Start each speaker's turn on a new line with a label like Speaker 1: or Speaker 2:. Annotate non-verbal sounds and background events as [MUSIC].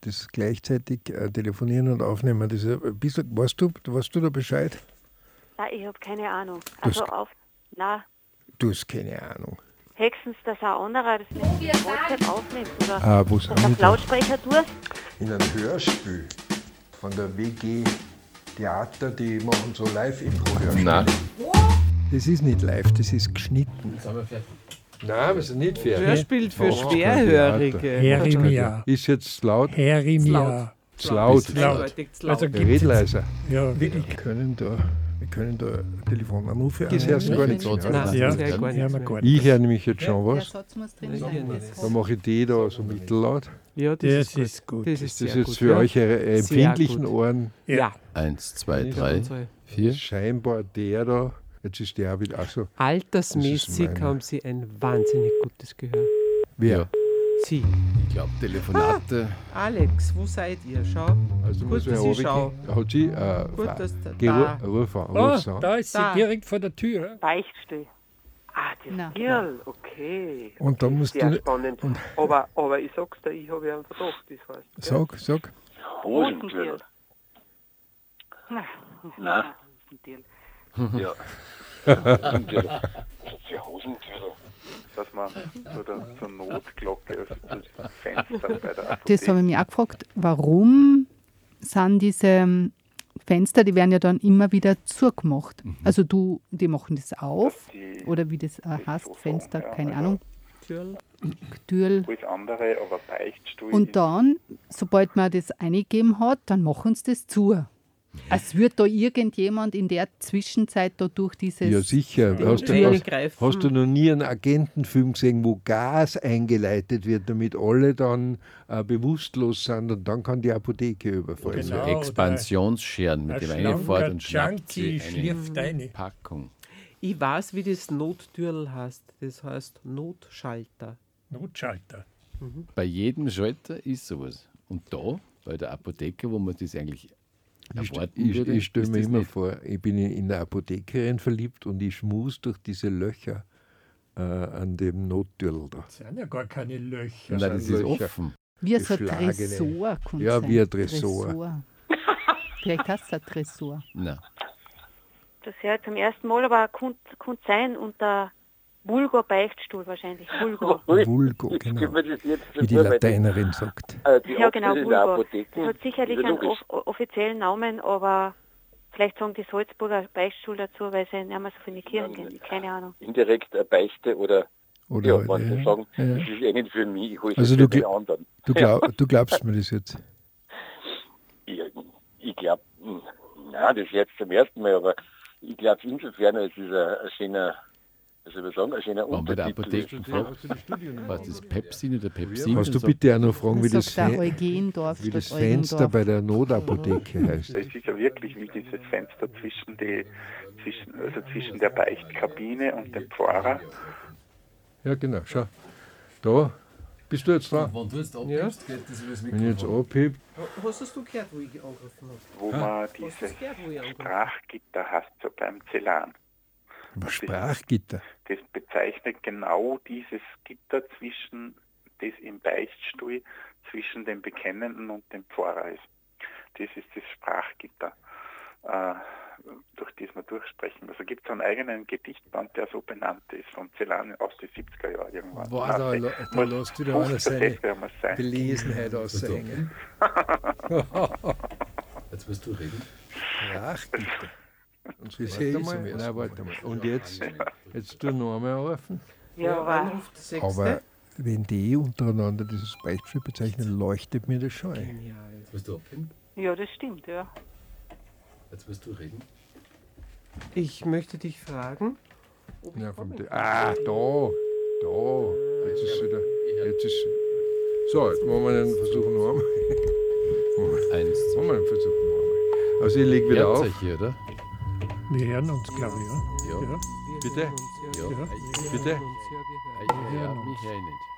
Speaker 1: das gleichzeitig äh, telefonieren und aufnehmen, das ist ein bisschen, weißt du, weißt du da Bescheid?
Speaker 2: Na, ich habe keine Ahnung.
Speaker 1: Das-
Speaker 2: Also auf, na,
Speaker 1: Du hast keine Ahnung.
Speaker 2: höchstens, dass ein anderer das mit dem WhatsApp aufnimmt oder
Speaker 1: Ah, wo ist
Speaker 2: das auf
Speaker 1: Anita?
Speaker 2: Lautsprecher tust.
Speaker 3: in ein Hörspiel von der WG Theater, die machen so Live-Impro-Hörspiele.
Speaker 4: Nein.
Speaker 1: Das ist nicht live, das ist geschnitten.
Speaker 3: Nein, wir sind nicht fertig.
Speaker 5: Hörspiel für
Speaker 3: Oh,
Speaker 5: Schwerhörige.
Speaker 6: Herrimia.
Speaker 1: Ist jetzt laut,
Speaker 6: Herrimia.
Speaker 5: Laut.
Speaker 1: ist laut.
Speaker 6: Laut.
Speaker 5: Eindeutig zu laut.
Speaker 6: Also
Speaker 1: Ja, Red
Speaker 6: gibt es.
Speaker 1: leiser.
Speaker 6: Ja,
Speaker 1: Wir können da, wir können da Telefonanrufe
Speaker 5: Geht
Speaker 1: annehmen.
Speaker 5: nicht.
Speaker 1: gar nichts mehr.
Speaker 5: Nein,
Speaker 6: ja,
Speaker 5: das ist gar
Speaker 6: ja,
Speaker 5: nichts
Speaker 6: na
Speaker 5: mehr.
Speaker 6: gut.
Speaker 1: Ich höre nämlich jetzt schon
Speaker 7: Der
Speaker 1: was.
Speaker 7: Satz muss drin sein. Das
Speaker 1: Dann mache ich die da so mittellaut.
Speaker 5: Ja, das,
Speaker 6: Das
Speaker 5: ist,
Speaker 6: ist gut.
Speaker 5: gut.
Speaker 1: Ist
Speaker 5: Das ist
Speaker 1: das
Speaker 5: sehr
Speaker 1: jetzt
Speaker 5: gut,
Speaker 1: für
Speaker 5: ja.
Speaker 1: euch eure
Speaker 5: Sehr
Speaker 1: empfindlichen
Speaker 5: gut.
Speaker 1: Ohren
Speaker 5: Ja,
Speaker 4: Eins, zwei,
Speaker 1: Nicht
Speaker 4: drei,
Speaker 5: unsere
Speaker 4: vier.
Speaker 1: scheinbar der da? Jetzt ist der auch wieder. Achso, Das ist
Speaker 5: altersmäßig
Speaker 1: meine.
Speaker 5: haben sie ein wahnsinnig gutes Gehör.
Speaker 1: wer? Ah,
Speaker 4: Ja.
Speaker 5: Sie.
Speaker 4: Ich glaube, Telefonate.
Speaker 5: Alex, wo seid ihr? Schau.
Speaker 1: Also
Speaker 5: Gut,
Speaker 1: muss
Speaker 5: dass
Speaker 1: man
Speaker 5: ich schau.
Speaker 1: runtergehen. Hat sie äh,
Speaker 5: Gut,
Speaker 1: Fra-
Speaker 5: dass da-
Speaker 1: Geru-
Speaker 5: da.
Speaker 1: Ruf an,
Speaker 6: Ah,
Speaker 1: ruf's an.
Speaker 6: da ist sie
Speaker 5: Da.
Speaker 6: direkt vor der Tür.
Speaker 8: Beichtstuhl. Ah, das
Speaker 7: Na.
Speaker 8: Girl, okay.
Speaker 1: Und dann musst
Speaker 8: Sehr
Speaker 1: du.
Speaker 8: spannend. Aber, aber ich sag's dir, ich habe ja einen Verdacht, das heißt.
Speaker 1: Sag, sag.
Speaker 8: Hosendirl. Na? Hosendirl.
Speaker 9: dass man zu der, zur Notglocke öffnet das Fenster bei der
Speaker 7: das habe
Speaker 9: Apotheke.
Speaker 7: ich mich auch gefragt, warum sind diese ähm, Fenster, die werden ja dann immer wieder zugemacht.
Speaker 1: Mhm.
Speaker 7: Also du, die machen das auf
Speaker 9: Die-
Speaker 7: oder wie das äh, heißt,
Speaker 9: so
Speaker 7: Fenster,
Speaker 9: sagen, ja,
Speaker 7: keine
Speaker 9: also-
Speaker 7: Ahnung,
Speaker 5: Türl.
Speaker 7: Türl.
Speaker 9: Alles andere, aber Beichtstuhl
Speaker 7: Und dann, sobald man das eingegeben hat, dann machen sie das zu. Als würde da irgendjemand in der Zwischenzeit da durch dieses...
Speaker 1: Ja, sicher.
Speaker 5: Den
Speaker 1: Hast du,
Speaker 5: Türl
Speaker 1: hast,
Speaker 5: greifen.
Speaker 1: hast du noch nie einen Agentenfilm gesehen, wo Gas eingeleitet wird, damit alle dann äh, bewusstlos sind und dann kann die Apotheke überfallen.
Speaker 4: Also
Speaker 6: Genau,
Speaker 4: Expansionsscheren mit dem
Speaker 6: Ein
Speaker 4: Eingefahrt
Speaker 6: schlanker
Speaker 4: und schnappt
Speaker 6: Junkie
Speaker 4: sie eine Mhm.
Speaker 6: schlürft eine.
Speaker 4: Packung.
Speaker 5: Ich weiß, wie das Nottürl heißt. Das heißt Notschalter.
Speaker 6: Notschalter.
Speaker 4: Bei jedem Schalter ist sowas. Und da, bei der Apotheke, wo man das eigentlich
Speaker 1: Ich, st-
Speaker 4: erwarten
Speaker 1: ich,
Speaker 4: würde,
Speaker 1: ich stelle
Speaker 4: ist
Speaker 1: mir
Speaker 4: das
Speaker 1: immer
Speaker 4: nicht.
Speaker 1: vor, ich bin in- in der Apothekerin verliebt und ich schmus durch diese Löcher äh, an dem Nottürl da.
Speaker 6: Das sind ja gar keine Löcher.
Speaker 4: Nein, das ist
Speaker 1: Löcher.
Speaker 4: offen.
Speaker 7: Wie so ein
Speaker 1: geschlagene-
Speaker 7: Dressur. könnte
Speaker 1: Ja,
Speaker 7: sein.
Speaker 1: wie ein Dressur.
Speaker 7: Vielleicht heißt es ein Dressur.
Speaker 4: Nein.
Speaker 2: Das höre ich zum ersten Mal, aber kommt kommt sein unter Vulgo-Beichtstuhl wahrscheinlich.
Speaker 10: [LAUGHS]
Speaker 2: Vulgo.
Speaker 1: Vulgo, genau. Wie die Lateinerin sagt.
Speaker 10: äh,
Speaker 2: Ja, genau, Vulgo. Das hat sicherlich einen off offiziellen Namen, aber vielleicht sagen die Salzburger Beichtstuhl dazu, weil sie nicht mehr so viele Kirchen gehen. Keine Ahnung.
Speaker 10: indirekt eine Beichte oder
Speaker 1: Oder,
Speaker 10: ja, manche
Speaker 1: ja,
Speaker 10: sagen,
Speaker 1: ja.
Speaker 10: das ist eh nicht für mich, ich hole
Speaker 1: Also
Speaker 10: also
Speaker 1: du
Speaker 10: für die
Speaker 1: gl-
Speaker 10: anderen.
Speaker 1: Du, glaub, du glaubst mir das jetzt.
Speaker 4: [LAUGHS]
Speaker 10: Ich, ich glaube, nein, das ist jetzt zum ersten Mal, aber ich glaube insofern, es ist ein, ein schöner, also wir sagen, ein schöner
Speaker 4: Wenn bei der
Speaker 10: Untertitel.
Speaker 4: Apotheke fragt, was ist das Pepsin oder Pepsin?
Speaker 1: Kannst du
Speaker 4: dann
Speaker 1: bitte auch noch fragen, wie
Speaker 7: Man
Speaker 1: das,
Speaker 7: sagt auch
Speaker 1: Fe
Speaker 7: Eugendorf
Speaker 1: wie das
Speaker 7: statt
Speaker 1: Fenster
Speaker 7: Eugendorf.
Speaker 1: bei der Notapotheke heißt?
Speaker 9: Das ist ja wirklich wie dieses Fenster zwischen, die, zwischen, also zwischen der Beichtkabine und dem Pfarrer.
Speaker 1: Ja, genau, schau. Da, bist du jetzt dran?
Speaker 4: Wenn du jetzt abgibst, geht das übers
Speaker 1: Wenn ich jetzt abhebt,
Speaker 5: Hast du gehört, wo ich angerufen habe?
Speaker 9: wo man
Speaker 5: Hast du
Speaker 9: dieses
Speaker 5: gehört, wo ich angerufen habe?
Speaker 9: Sprachgitter hast so beim Zellan.
Speaker 1: was Sprachgitter.
Speaker 9: Das bezeichnet genau dieses Gitter zwischen, das im Beichtstuhl zwischen dem Bekennenden und dem Pfarrer ist. Das ist das Sprachgitter, äh, durch das wir durchsprechen. Also gibt es einen eigenen Gedichtband, der so benannt ist, vom Zellan aus den 70er Jahren irgendwann.
Speaker 1: Boah, da la- da lässt wieder einer seine-
Speaker 9: muss sein.
Speaker 1: Belesenheit aushängen.
Speaker 4: [LAUGHS] Jetzt willst du reden.
Speaker 1: Sprachgitter. Und, warte mal, nein, warte mal. und jetzt, jetzt du nochmal anrufen.
Speaker 2: Ja, aber
Speaker 5: Anruf der Sechste.
Speaker 1: Aber wenn die untereinander dieses Beispiel bezeichnen, leuchtet mir das schon ein.
Speaker 4: Jetzt willst du abgeben.
Speaker 2: ja, das stimmt, ja.
Speaker 4: Jetzt willst du reden.
Speaker 5: Ich möchte dich fragen.
Speaker 1: Ja, vom T- ah, da, da. Jetzt ist wieder. Jetzt ist. So, jetzt machen wir einen Versuch noch einmal.
Speaker 4: Eins, zwei.
Speaker 1: Machen wir einen Versuch noch einmal. Also, ich lege wieder
Speaker 4: Ihr habt's
Speaker 1: auf.
Speaker 4: euch hier, oder?
Speaker 6: Wir hören uns, glaube ich. Ja?
Speaker 4: Ja.
Speaker 6: Ja.
Speaker 5: Wir
Speaker 1: Bitte?
Speaker 5: hören uns, ja.
Speaker 4: Ja.
Speaker 5: Wir
Speaker 1: Bitte?
Speaker 5: hören uns, ja, wir hören uns.
Speaker 4: Ich höre mich ja nicht.